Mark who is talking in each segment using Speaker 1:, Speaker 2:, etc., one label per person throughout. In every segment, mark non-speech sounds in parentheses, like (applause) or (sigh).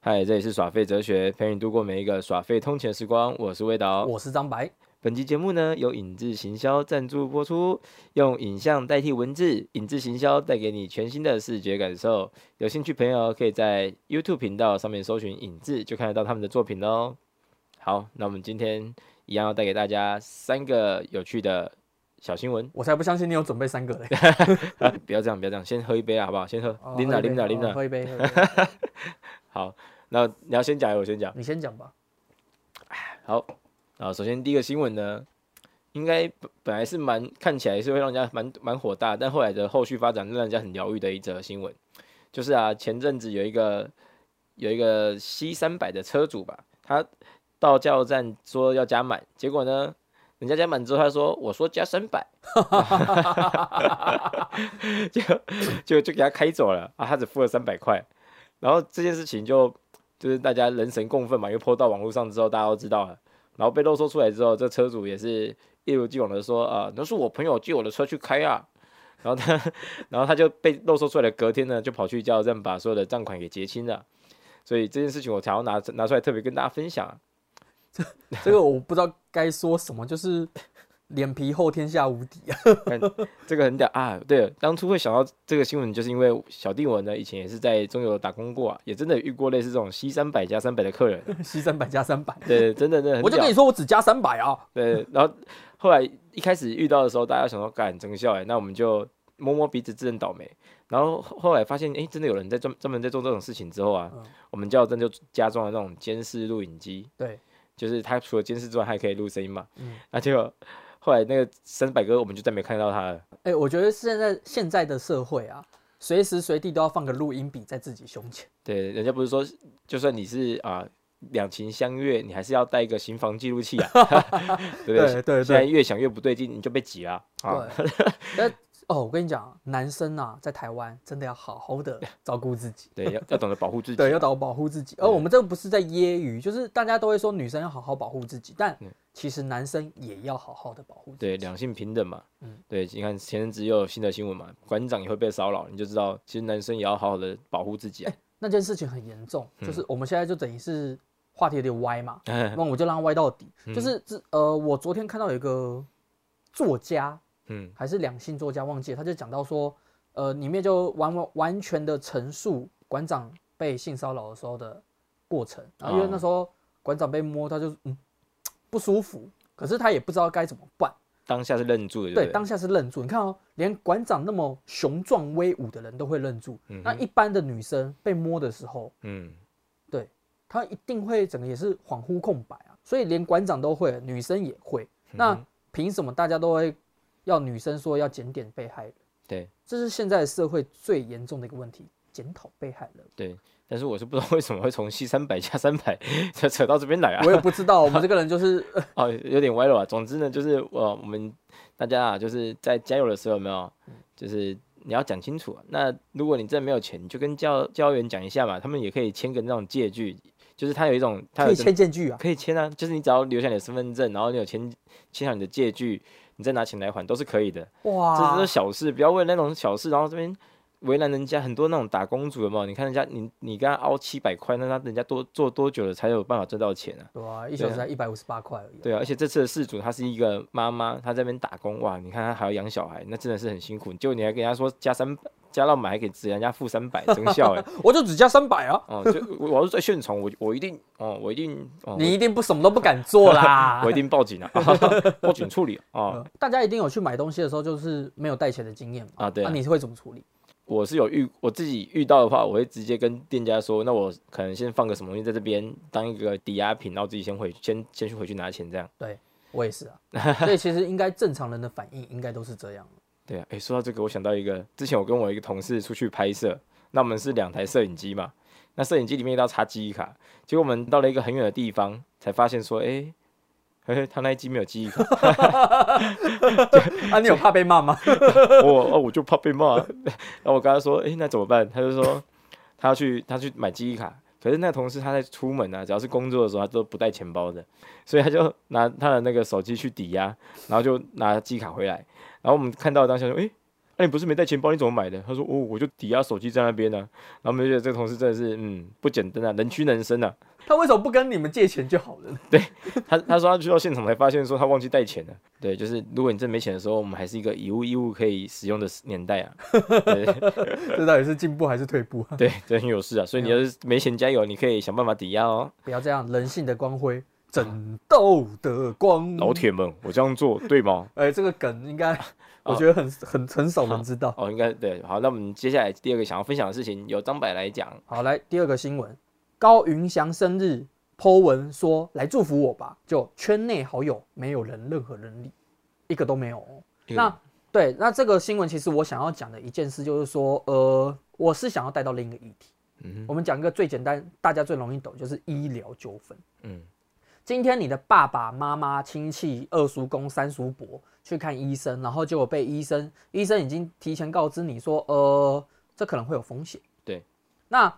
Speaker 1: 嗨，这里是耍废哲学，陪你度过每一个耍废通勤的时光。我是魏导。
Speaker 2: 我是张白，
Speaker 1: 本期节目呢由影志行销赞助播出，用影像代替文字，影志行销带给你全新的视觉感受。有兴趣朋友可以在 YouTube 频道上面搜寻影志，就看得到他们的作品喽。好，那我们今天一样要带给大家三个有趣的小新
Speaker 2: (laughs)
Speaker 1: 闻。
Speaker 2: 我才不相信你有准备三个
Speaker 1: (laughs)
Speaker 2: 嘞。
Speaker 1: 啊不要这样，不要这样，先喝一杯啊，好不好？先喝，拎了，
Speaker 2: 喝一杯
Speaker 1: 拎了，
Speaker 2: 哦
Speaker 1: 拎了。
Speaker 2: 喝一杯，喝一杯
Speaker 1: 好，那你要先讲，还是我先讲。
Speaker 2: 你先
Speaker 1: (laughs)
Speaker 2: 讲吧。
Speaker 1: 好，啊，首先第一个新闻呢，应该本本来是蛮看起来是会让人家蛮蛮火大，但后来的后续发展让人家很疗愈的一则新闻，就是啊，前阵子有一个有一个 C 三百的车主吧，他到加油站说要加满，结果呢，人家加满之后他说我说加三百， (laughs) 就就就给他开走了啊，他只付了三百块，然后这件事情就就是大家人神共愤嘛，因为 PO 到网络上之后，大家都知道了。然后被漏说出来之后，这车主也是一如既往的说啊、那是我朋友借我的车去开啊。然后他，然后他就被漏说出来的隔天呢，就跑去加油站把所有的账款给结清了。所以这件事情我想要拿拿出来特别跟大家分享啊。
Speaker 2: 这个我不知道该说什么，就是脸皮厚，天下无敌啊。 (laughs)
Speaker 1: 这个很屌啊！对了，当初会想到这个新闻，就是因为小弟我呢以前也是在中油打工过啊，也真的遇过类似这种 C 三百加三百的客人。
Speaker 2: 西三百加三百，
Speaker 1: 对，真的真的很屌。
Speaker 2: 我就跟你说，我只加三百啊。
Speaker 1: 对，然后后来一开始遇到的时候，大家想说干真笑哎，那我们就摸摸鼻子自认倒霉。然后后后来发现，哎，真的有人在专专门在做这种事情之后啊，
Speaker 2: 嗯
Speaker 1: 我们加油站就加装了那种监视录影机，
Speaker 2: 对，
Speaker 1: 就是它除了监视之外，还可以录声音嘛。
Speaker 2: 嗯
Speaker 1: 那结果后来那个三百哥，我们就再没看到他了。
Speaker 2: 哎、我觉得现在现在的社会啊，随时随地都要放个录音笔在自己胸前。
Speaker 1: 对，人家不是说，就算你是啊、两情相悦，你还是要带一个行房记录器
Speaker 2: (laughs)
Speaker 1: 啊，对不对？
Speaker 2: 对对
Speaker 1: 现在越想越不对劲，你就被挤了啊。
Speaker 2: 对，
Speaker 1: (laughs)
Speaker 2: 但哦，我跟你讲，男生啊，在台湾真的要好好的照顾自己。
Speaker 1: 对，要要懂得保护自己。啊
Speaker 2: 对，要懂得保护自己。而
Speaker 1: 对
Speaker 2: 我们这不是在揶揄，就是大家都会说女生要好好保护自己，但
Speaker 1: 嗯
Speaker 2: 其实男生也要好好的保护自己。
Speaker 1: 对，两性平等嘛。
Speaker 2: 嗯
Speaker 1: 对，你看前阵子又有新的新闻嘛，馆长也会被骚扰，你就知道，其实男生也要好好的保护自己啊。
Speaker 2: 那件事情很严重，就是
Speaker 1: 嗯
Speaker 2: 我们现在就等于是话题有点歪嘛，那我就让它歪到底。
Speaker 1: 嗯
Speaker 2: 就是这呃，我昨天看到有一个作家
Speaker 1: 嗯
Speaker 2: 还是两性作家，忘记了，他就讲到说，呃，里面就完完完全的陈述馆长被性骚扰的时候的过程，然后因为
Speaker 1: 哦
Speaker 2: 那时候馆长被摸，他就嗯不舒服，可是他也不知道该怎么办。
Speaker 1: (laughs) 当下是愣住的，
Speaker 2: 对，
Speaker 1: 不
Speaker 2: 当下是愣住。你看哦，连馆长那么雄壮威武的人都会愣住，
Speaker 1: 嗯哼
Speaker 2: 那一般的女生被摸的时候，
Speaker 1: 嗯，
Speaker 2: 对她一定会整个也是恍惚空白啊。所以连馆长都会，女生也会。
Speaker 1: 嗯
Speaker 2: 那凭什么大家都会要女生说要检点被害人？
Speaker 1: 对
Speaker 2: 这是现在社会最严重的一个问题，检讨被害人。
Speaker 1: 对。但是我是不知道为什么会从 C 三百加三百 (laughs) 扯扯到这边来啊
Speaker 2: 我，也不知道，我们这个人就是呃
Speaker 1: (laughs) 哦，有点歪了啊。总之呢，就是呃，我们大家啊，就是在加油的时候有没有，就是你要讲清楚啊、那如果你真的没有钱，你就跟教教员讲一下嘛，他们也可以签个那种借据，就是他有一种他有
Speaker 2: 可以
Speaker 1: 一种
Speaker 2: 签证据啊。
Speaker 1: 可以签啊，就是你只要留下你的身份证，然后你有签签好你的借据，你再拿钱来还都是可以的。这
Speaker 2: 哇
Speaker 1: 这是，小事，不要为了那种小事，然后这边为难人家。很多那种打工族有没有？你看人家你你跟他凹七百块，那他人家多做多久了才有办法赚到钱啊？
Speaker 2: 对啊，一小时才一百五十八块而已啊。
Speaker 1: 对啊，而且这次的事主她是一个妈妈，她在那边打工，哇，你看她还要养小孩，那真的是很辛苦。结果你还给人家说加三加到满，还给人家付三百，真笑
Speaker 2: (laughs)
Speaker 1: 哎、
Speaker 2: 我就只加三百啊，
Speaker 1: 哦，就我我要是在现场，我我一定哦，我一定哦，
Speaker 2: 你一定不什么都不敢做
Speaker 1: (laughs)
Speaker 2: 啦
Speaker 1: 我。一定报警啊，报警处理啊。哦
Speaker 2: 大家一定有去买东西的时候，就是没有带钱的经验嘛？
Speaker 1: 啊对啊
Speaker 2: 你是会怎么处理？
Speaker 1: 我是有遇我自己遇到的话，我会直接跟店家说，那我可能先放个什么东西在这边当一个抵押品，然后自己先回先先去回去拿钱这样。
Speaker 2: 对我也是啊，所以其实应该正常人的反应应该都是这样。
Speaker 1: 对啊，诶，说到这个，我想到一个，之前我跟我一个同事出去拍摄，那我们是两台摄影机嘛，那摄影机里面一定要插记忆卡，结果我们到了一个很远的地方，才发现说，诶， (laughs) 嘿嘿，他那一机没有记忆卡，
Speaker 2: 啊，你有怕被骂吗？ (laughs)
Speaker 1: (laughs) 我哦我就怕被骂，然后我跟他说，诶，那怎么办？他就说他要去他去买记忆卡，可是那同事他在出门啊，只要是工作的时候，他都不带钱包的，所以他就拿他的那个手机去抵押，然后就拿记忆卡回来，然后我们看到当下说，诶，那、你不是没带钱包，你怎么买的？他说哦，我就抵押手机在那边呢、啊然后我们就觉得这个同事真的是嗯不简单啊，能屈能伸啊。
Speaker 2: 他为什么不跟你们借钱就好了呢？
Speaker 1: 他他说他去到现场才发现说他忘记带钱了。对，就是如果你真没钱的时候，我们还是一个以物易物可以使用的年代啊。
Speaker 2: 这到底是进步还是退步 (laughs) 啊？
Speaker 1: 对，这很有事啊。所以你要是没钱加油，你可以想办法抵押哦。
Speaker 2: 不要这样，人性的光辉，整斗的光。
Speaker 1: 老铁们，我这样做对吗？
Speaker 2: 哎、这个梗应该我觉得很、很很少人知道。
Speaker 1: 哦，应该对。好，那我们接下来第二个想要分享的事情，由张柏来讲。
Speaker 2: 好，来第二个新闻，高云翔生日，Po 文说来祝福我吧，就圈内好友没有人任何人理，一个都没有哦、
Speaker 1: 嗯
Speaker 2: 那对，那这个新闻其实我想要讲的一件事就是说，呃，我是想要带到另一个议题。
Speaker 1: 嗯
Speaker 2: 我们讲一个最简单，大家最容易懂，就是医疗纠纷。
Speaker 1: 嗯
Speaker 2: 今天你的爸爸妈妈、亲戚、二叔公、三叔伯去看医生，然后结果被医生，医生已经提前告知你说，呃，这可能会有风险。
Speaker 1: 对，
Speaker 2: 那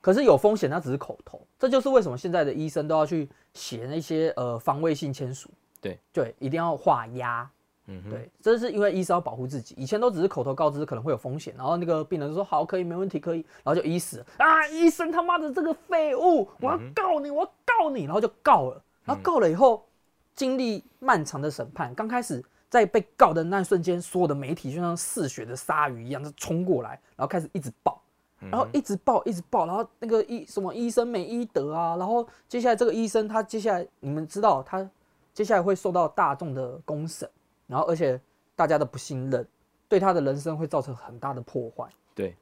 Speaker 2: 可是有风险，那只是口头，这就是为什么现在的医生都要去写那些呃防卫性签署。
Speaker 1: 对
Speaker 2: 对，一定要画押。
Speaker 1: 嗯哼，
Speaker 2: 对，这是因为医生要保护自己，以前都只是口头告知可能会有风险，然后那个病人就说好，可以，没问题，可以，然后就医死了啊！医生他妈的这个废物，我要告你，我要告你，然
Speaker 1: 嗯
Speaker 2: 后就告了，然后告了以后，经历漫长的审判，刚开始在被告的那瞬间，所有的媒体就像嗜血的鲨鱼一样，就冲过来，然后开始一直爆。
Speaker 1: 嗯
Speaker 2: 然后一直报一直报，然后那个医什么医生没医德啊，然后接下来这个医生他接下来你们知道他接下来会受到大众的公审，然后而且大家的不信任，对他的人生会造成很大的破坏。
Speaker 1: 对，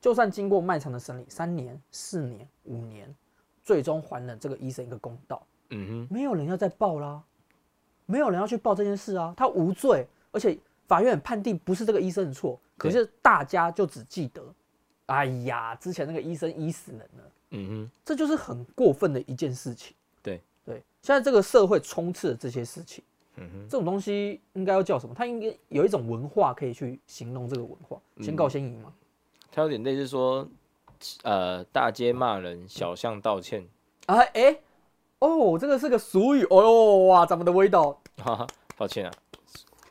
Speaker 2: 就算经过漫长的审理，三年、四年、五年，最终还了这个医生一个公道。
Speaker 1: 嗯哼，
Speaker 2: 没有人要再报啦，没有人要去报这件事啊，他无罪，而且法院判定不是这个医生的错，可
Speaker 1: 对
Speaker 2: 是大家就只记得，哎呀，之前那个医生医死人了，
Speaker 1: 嗯哼，
Speaker 2: 这就是很过分的一件事情。
Speaker 1: 对
Speaker 2: 对，现在这个社会充斥了这些事情，
Speaker 1: 嗯哼，
Speaker 2: 这种东西应该要叫什么？它应该有一种文化可以去形容这个文化，
Speaker 1: 嗯
Speaker 2: 先告先赢嘛。
Speaker 1: 他有点类似说，呃，大街骂人，小巷道歉。
Speaker 2: 啊，哎、哦，这个是个俗语，哦哟哇，咱们的味道，
Speaker 1: 哈哈，抱歉啊，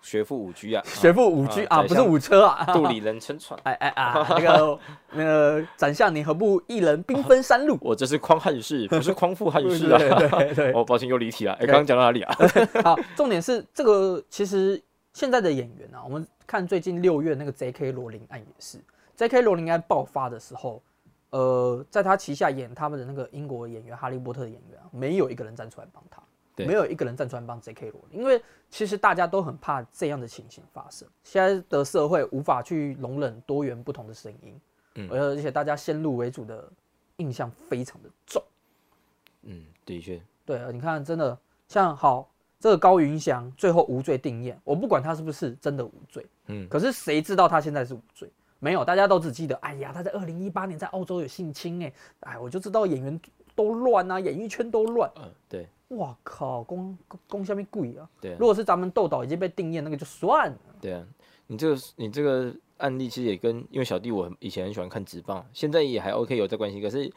Speaker 1: 学富五居啊，
Speaker 2: 学富五车
Speaker 1: 啊宰
Speaker 2: 啊，不是
Speaker 1: 相
Speaker 2: 五车啊，
Speaker 1: 啊肚里能撑船。 (laughs)
Speaker 2: 哎哎啊，那个那个宰相，你何不一人兵分三
Speaker 1: (laughs)
Speaker 2: 路？
Speaker 1: 我这是匡汉室，不是匡复汉室
Speaker 2: 对对
Speaker 1: 啊！
Speaker 2: 对对
Speaker 1: 哦，抱歉又离题了。哎，刚刚讲到哪里啊？
Speaker 2: (laughs) 好，重点是这个，其实现在的演员啊，我们看最近六月那个 J.K. 罗琳案也是，J.K. 罗琳案爆发的时候，呃，在他旗下演他们的那个英国演员《哈利波特》的演员啊，没有一个人站出来帮他。
Speaker 1: 对
Speaker 2: 没有一个人站出来帮 J.K. 罗琳，因为其实大家都很怕这样的情形发生。现在的社会无法去容忍多元不同的声音，
Speaker 1: 嗯
Speaker 2: 而且大家先入为主的印象非常的重。
Speaker 1: 嗯，的确，
Speaker 2: 对，你看，真的像好这个高云翔最后无罪定谳，我不管他是不是真的无罪，
Speaker 1: 嗯
Speaker 2: 可是谁知道他现在是无罪？没有，大家都只记得，哎呀，他在二零一八年在澳洲有性侵、哎，哎，我就知道演员都乱啊，演艺圈都乱，
Speaker 1: 嗯，对
Speaker 2: 哇靠，公公下面贵啊！
Speaker 1: 对啊
Speaker 2: 如果是咱们豆导已经被定谳，那个就算了，
Speaker 1: 对啊，你这个你这个案例其实也跟，因为小弟我很以前很喜欢看职棒，现在也还 OK 有在关心，可是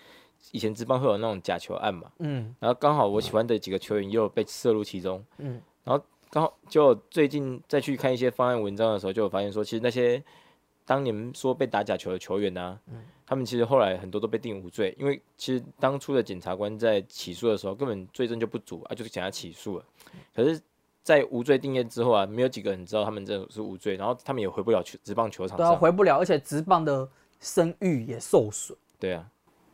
Speaker 1: 以前职棒会有那种假球案嘛，
Speaker 2: 嗯
Speaker 1: 然后刚好我喜欢的几个球员也有被摄入其中，
Speaker 2: 嗯，
Speaker 1: 然后刚好就最近再去看一些方案文章的时候，就有发现说，其实那些当年说被打假球的球员啊，他们其实后来很多都被定无罪，因为其实当初的检察官在起诉的时候根本罪证就不足啊，就是想要起诉了，可是。在无罪定谳之后啊，没有几个人知道他们这是无罪，然后他们也回不了球职棒球场
Speaker 2: 对啊，
Speaker 1: 上。
Speaker 2: 回不了，而且职棒的声誉也受损，
Speaker 1: 对啊，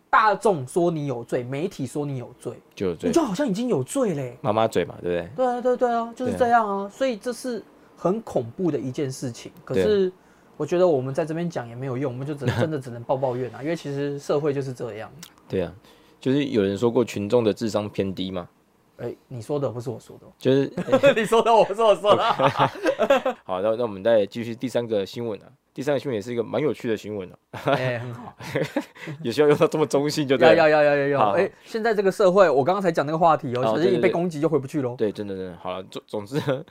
Speaker 2: 大众说你有罪，媒体说你有罪，
Speaker 1: 就有
Speaker 2: 你
Speaker 1: 罪，
Speaker 2: 就好像已经有罪嘞、
Speaker 1: 妈妈嘴嘛，对不对？
Speaker 2: 对啊，对对啊，就是
Speaker 1: 对啊
Speaker 2: 这样啊，所以这是很恐怖的一件事情。可
Speaker 1: 对啊
Speaker 2: 是我觉得我们在这边讲也没有用，我们就只 (laughs) 能真的只能抱抱怨啊，因为其实社会就是这样。
Speaker 1: 对啊，就是有人说过群众的智商偏低嘛，
Speaker 2: 哎，你说的不是我说的
Speaker 1: 就是
Speaker 2: 哦， (laughs) 你说的我不是我说的。
Speaker 1: 好，那那我们再继续第三个新闻啊。第三个新闻也是一个蛮有趣的新闻啊，
Speaker 2: (laughs) 哎，很好，
Speaker 1: 也需要用到这么中性就对
Speaker 2: 要
Speaker 1: 了。
Speaker 2: 要要要要要。
Speaker 1: 好
Speaker 2: 哎，现在这个社会，我刚刚才讲那个话题哦，
Speaker 1: 哦
Speaker 2: 小
Speaker 1: 对
Speaker 2: 心一
Speaker 1: 对
Speaker 2: 被
Speaker 1: 对
Speaker 2: 攻击就回不去喽。
Speaker 1: 对，真的真的好了。总总之呢，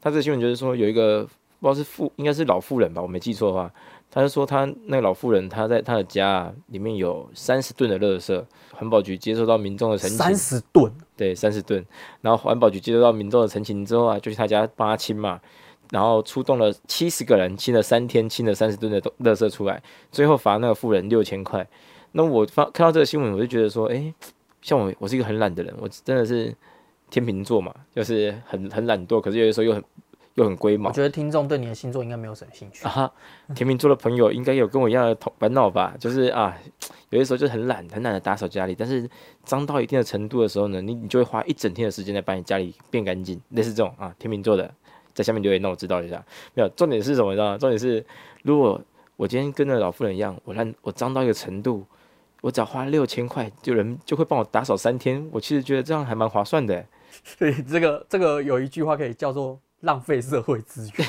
Speaker 1: 他这个新闻就是说有一个不知道是妇，应该是老妇人吧，我没记错的话，他就说他那个老妇人，她在她的家、啊、里面有三十吨的垃圾，环保局接收到民众的陈情，
Speaker 2: 三十吨，
Speaker 1: 对，三十吨。然后环保局接收到民众的陈情之后啊，就去他家帮他清嘛。然后出动了七十个人，清了三天，清了三十吨的垃圾出来，最后罚那个富人六千块。那我发看到这个新闻，我就觉得说，哎、像我，我是一个很懒的人，我真的是天秤座嘛，就是很很懒惰，可是有的时候又很又很龟毛
Speaker 2: 我。觉得听众对你的星座应该没有什么兴趣 (laughs)
Speaker 1: 啊。哈，天秤座的朋友应该有跟我一样的同烦恼吧？就是啊，有些时候就很懒，很懒得打扫家里，但是脏到一定的程度的时候呢，你你就会花一整天的时间来把你家里变干净，类似这种啊，天秤座的，在下面留言让我知道一下。没有，重点是什么？你知道吗？重点是，如果我今天跟那老妇人一样，我烂我脏到一个程度，我只要花六千块，就人就会帮我打扫三天，我其实觉得这样还蛮划算的欸。
Speaker 2: 所以这个这个有一句话可以叫做浪费社会资源，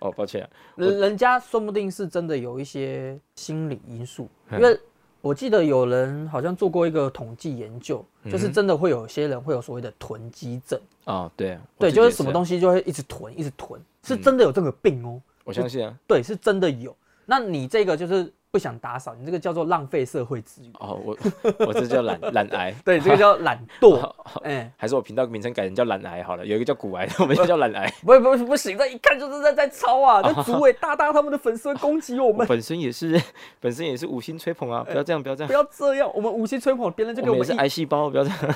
Speaker 1: 哦，抱歉啊、
Speaker 2: 人人家说不定是真的有一些心理因素，因为我记得有人好像做过一个统计研究，就是真的会有些人会有所谓的囤积症，
Speaker 1: 哦，对啊，
Speaker 2: 对，就是什么
Speaker 1: 西，
Speaker 2: 东西就会一直囤，一直囤，是真的有这个病哦，
Speaker 1: 我相信啊。
Speaker 2: 对，是真的有。那你这个就是不想打扫，你这个叫做浪费社会资源，
Speaker 1: 哦，我 (laughs) 我这叫懒懒癌。
Speaker 2: 对，这个叫懒惰，哎。
Speaker 1: 还是我频道名称改成叫懒癌好了，有一个叫骨癌， (laughs) 我们就叫懒癌。
Speaker 2: 不不不行，这一看就是在在抄啊！这组委大大他们的粉丝会攻击我
Speaker 1: 我
Speaker 2: 们，
Speaker 1: (laughs)
Speaker 2: 呃
Speaker 1: 本身也是，本身也是五星吹捧啊，不要这样，不要这
Speaker 2: 不
Speaker 1: 样，
Speaker 2: 要这样，我们无心吹捧别人就给
Speaker 1: 我
Speaker 2: 我
Speaker 1: 们也是
Speaker 2: 们一，
Speaker 1: 癌细胞，不
Speaker 2: (laughs)
Speaker 1: 要这样。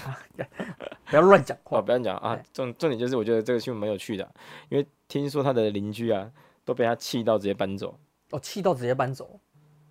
Speaker 2: 不要乱讲
Speaker 1: 哇，
Speaker 2: 话。
Speaker 1: 不要讲啊
Speaker 2: 对，
Speaker 1: 重重点就是我觉得这个新闻蛮有趣的啊、因为听说他的邻居啊都被他气到直接搬走。
Speaker 2: 哦，气到直接搬走，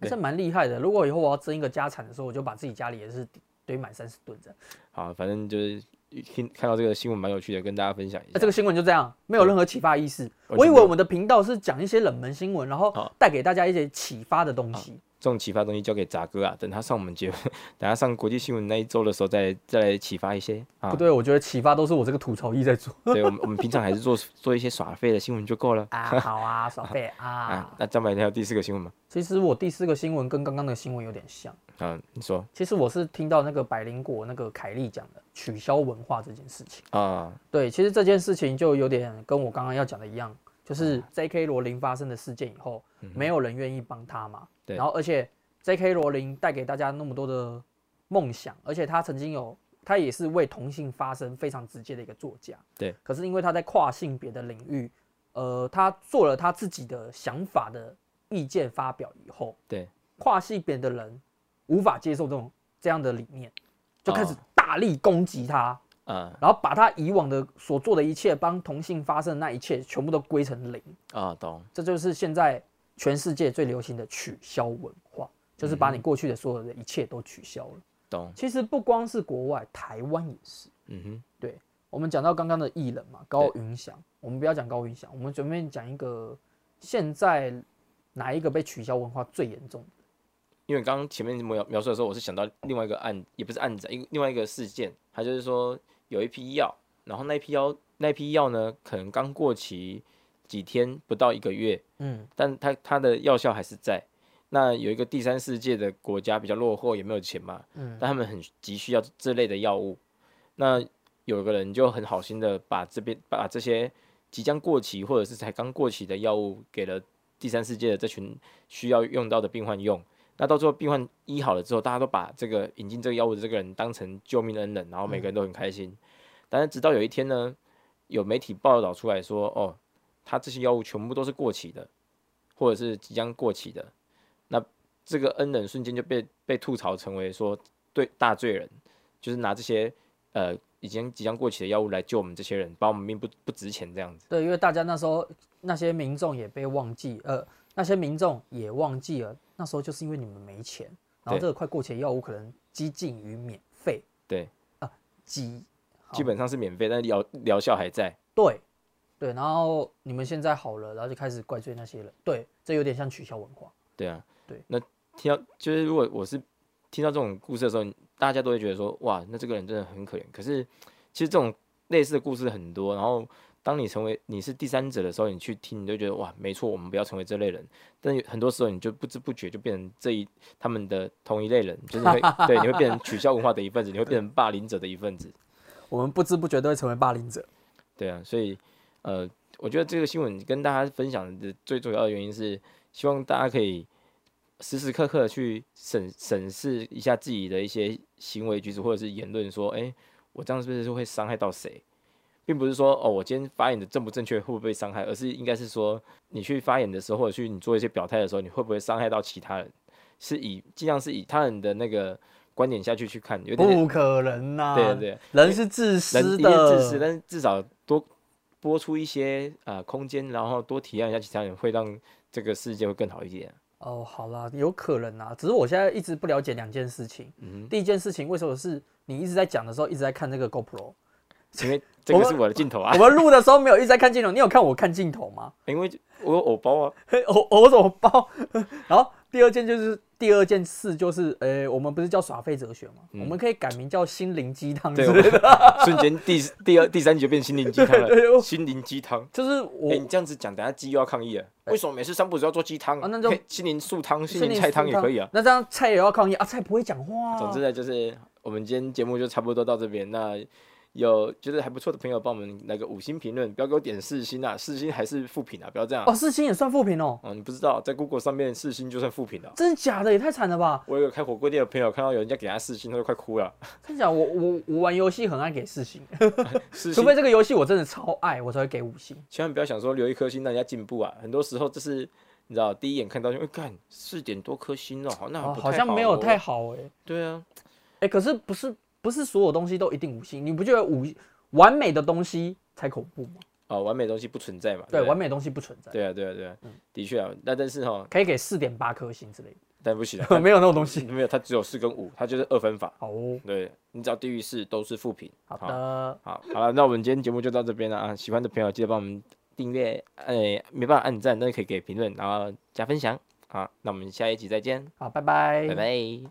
Speaker 2: 还
Speaker 1: 对
Speaker 2: 这蛮厉害的。如果以后我要争一个家产的时候，我就把自己家里也是堆满三十吨这样。
Speaker 1: 好，反正就是听看到这个新闻蛮有趣的，跟大家分享一
Speaker 2: 那
Speaker 1: 下。
Speaker 2: 呃这个新闻就这样，没有任何启发意识。
Speaker 1: 完全
Speaker 2: 我以
Speaker 1: 没
Speaker 2: 为
Speaker 1: 有
Speaker 2: 我们的频道是讲一些冷门新闻，然后
Speaker 1: 好
Speaker 2: 带给大家一些启发的东西。
Speaker 1: 这种启发的东西交给杂哥啊，等他上我们节目， (laughs) 等他上国际新闻那一周的时候再再来启发一些啊。
Speaker 2: 不对，我觉得启发都是我这个吐槽役在做
Speaker 1: 对，我们我们平常还是做做一些耍废的新闻就够了
Speaker 2: 啊。好啊，小贝
Speaker 1: 啊
Speaker 2: (laughs) 啊。。
Speaker 1: 那张白天有第四个新闻吗？
Speaker 2: 其实我第四个新闻跟刚刚的新闻有点像。
Speaker 1: 啊，你说
Speaker 2: 其实我是听到那个百灵果那个凯莉讲的取消文化这件事情。
Speaker 1: 啊，
Speaker 2: 对，其实这件事情就有点跟我刚刚要讲的一样，就是
Speaker 1: 嗯
Speaker 2: J.K. 罗琳发生的事件以后，没有人愿意帮他嘛。
Speaker 1: 对
Speaker 2: 然后，而且 J.K. 罗琳带给大家那么多的梦想，而且他曾经有，他也是为同性发声非常直接的一个作家。
Speaker 1: 对。
Speaker 2: 可是因为他在跨性别的领域，呃，他做了他自己的想法的意见发表以后，
Speaker 1: 对，
Speaker 2: 跨性别的人无法接受这种这样的理念，就开始
Speaker 1: 哦
Speaker 2: 大力攻击他。
Speaker 1: 啊
Speaker 2: 然后把他以往的所做的一切，帮同性发生的那一切，全部都归成零。
Speaker 1: 啊，懂，
Speaker 2: 这就是现在全世界最流行的取消文化，就是把你过去的所有的一切都取消了。
Speaker 1: 懂，
Speaker 2: 其实不光是国外，台湾也是。
Speaker 1: 嗯哼，
Speaker 2: 对，我们讲到刚刚的艺人嘛，高云翔，我们不要讲高云翔，我们准备讲一个现在哪一个被取消文化最严重的？
Speaker 1: 因为刚刚前面描描述的时候，我是想到另外一个案，也不是案子啊，一个另外一个事件，它就是说有一批药，然后那批药那批药呢，可能刚过期几天，不到一个月，
Speaker 2: 嗯，
Speaker 1: 但它它的药效还是在。那有一个第三世界的国家比较落后，也没有钱嘛，
Speaker 2: 嗯
Speaker 1: 但他们很急需要这类的药物。那有个人就很好心的把这边把这些即将过期或者是才刚过期的药物给了第三世界的这群需要用到的病患用。那到最后病患医好了之后，大家都把这个引进这个药物的这个人当成救命恩人，然后每个人都很开心。但是直到有一天呢，有媒体报道出来说，哦，他这些药物全部都是过期的，或者是即将过期的。那这个恩人瞬间就被被吐槽成为说对大罪人，就是拿这些呃已经即将过期的药物来救我们这些人，把我们命不不值钱这样子。
Speaker 2: 对，因为大家那时候那些民众也被忘记，呃，那些民众也忘记了，那时候就是因为你们没钱，然后
Speaker 1: 对
Speaker 2: 这个快过期的药物可能接近于免费，呃
Speaker 1: 对，
Speaker 2: 几好
Speaker 1: 基本上是免费，但是疗疗效还在。
Speaker 2: 对对，然后你们现在好了，然后就开始怪罪那些人，对，这有点像取消文化，
Speaker 1: 对啊，
Speaker 2: 对。
Speaker 1: 那听到就是如果我是听到这种故事的时候，大家都会觉得说，哇，那这个人真的很可怜。可是其实这种类似的故事很多，然后当你成为你是第三者的时候，你去听，你就觉得哇，没错，我们不要成为这类人。但有很多时候，你就不知不觉就变成这一他们的同一类人，就是你会对你会变成取消文化的一份子，你会变成霸凌者的一份子。
Speaker 2: 我们不知不觉都会成为霸凌者，
Speaker 1: 对啊，所以呃，我觉得这个新闻跟大家分享的最主要的原因是，希望大家可以时时刻刻地去审审视一下自己的一些行为举止或者是言论，说，哎、我这样是不是会伤害到谁？并不是说哦，我今天发言的正不正确，会不会被伤害，而是应该是说你去发言的时候，或者去你做一些表态的时候，你会不会伤害到其他人？是以尽量是以他人的那个观点下去去看，有点
Speaker 2: 不可能呐、
Speaker 1: 对对，
Speaker 2: 人是自私
Speaker 1: 人一定
Speaker 2: 的，
Speaker 1: 自私，但是至少多播出一些呃空间，然后多体谅一下其他人，会让这个世界会更好一点。
Speaker 2: 哦，好啦，有可能啊，只是我现在一直不了解两件事情。
Speaker 1: 嗯
Speaker 2: 第一件事情，为什么是你一直在讲的时候一直在看这个 GoPro？
Speaker 1: 因为这个
Speaker 2: 我
Speaker 1: 是我的镜头啊
Speaker 2: 我，们录的时候没有一直在看镜头，你有看我看镜头吗？
Speaker 1: (laughs) 因为我有偶包啊，
Speaker 2: 嘿我我怎么包？ (laughs) 然后第二件就是第二件事就是，诶、我们不是叫耍废哲学吗？我们可以改名叫心灵鸡汤
Speaker 1: 嗯对
Speaker 2: 之
Speaker 1: 我
Speaker 2: 类的。
Speaker 1: (laughs) 瞬间第第二第三集就变心灵鸡汤
Speaker 2: 对对
Speaker 1: 了，
Speaker 2: 我
Speaker 1: 心灵鸡汤。
Speaker 2: 就是我、
Speaker 1: 哎、你这样子讲，等下鸡又要抗议了。为什么每次三不只要做鸡汤
Speaker 2: 啊那就
Speaker 1: 可以心灵素汤、心
Speaker 2: 心
Speaker 1: 灵
Speaker 2: 灵
Speaker 1: 菜汤
Speaker 2: 鸡
Speaker 1: 也可以啊。
Speaker 2: 那这样菜也要抗议啊？菜不会讲话、啊。
Speaker 1: 总之呢，就是我们今天节目就差不多到这边。那有觉得还不错的朋友，帮我们来个五星评论，不要给我点四星啊，四星还是负评啊，不要这样啊。
Speaker 2: 哦，四星也算负评哦，
Speaker 1: 哦，你不知道，在 Google 上面四星就算负评了。
Speaker 2: 真的假的？也太惨了吧！
Speaker 1: 我有个开火锅店的朋友，看到有人家给他四星，他就快哭了。
Speaker 2: 真假？我我我玩游戏很爱给四星，
Speaker 1: 四
Speaker 2: 除
Speaker 1: 星
Speaker 2: (laughs) 非这个游戏我真的超爱，我才会给五星。
Speaker 1: 千万不要想说留一颗星让人家进步啊，很多时候这是你知道，第一眼看到就会看四点多颗星哦，好那
Speaker 2: 哦，
Speaker 1: 不太
Speaker 2: 好像没有
Speaker 1: 哦
Speaker 2: 太好哎、
Speaker 1: 对啊，
Speaker 2: 哎、可是不是不是所有东西都一定五星？你不觉得五完美的东西才恐怖吗？
Speaker 1: 哦，完美的东西不存在嘛，
Speaker 2: 对，
Speaker 1: 不
Speaker 2: 完嗯美的东西不存在，
Speaker 1: 对啊，对啊，对啊，的确啊，那但是哈，
Speaker 2: 可以给四点八颗星之类
Speaker 1: 但不行啊，
Speaker 2: (laughs) 的，没有那种东西。
Speaker 1: 没有，它只有四跟五，它就是二分法，
Speaker 2: 好哦，
Speaker 1: 对你只要低于四都是负评。
Speaker 2: 好的，
Speaker 1: 好，好了，那我们今天节目就到这边了啊！喜欢的朋友记得帮我们订阅，哎，没办法按赞，但是可以给评论，然后加分享啊！那我们下一集再见，
Speaker 2: 好，拜拜，
Speaker 1: 拜拜。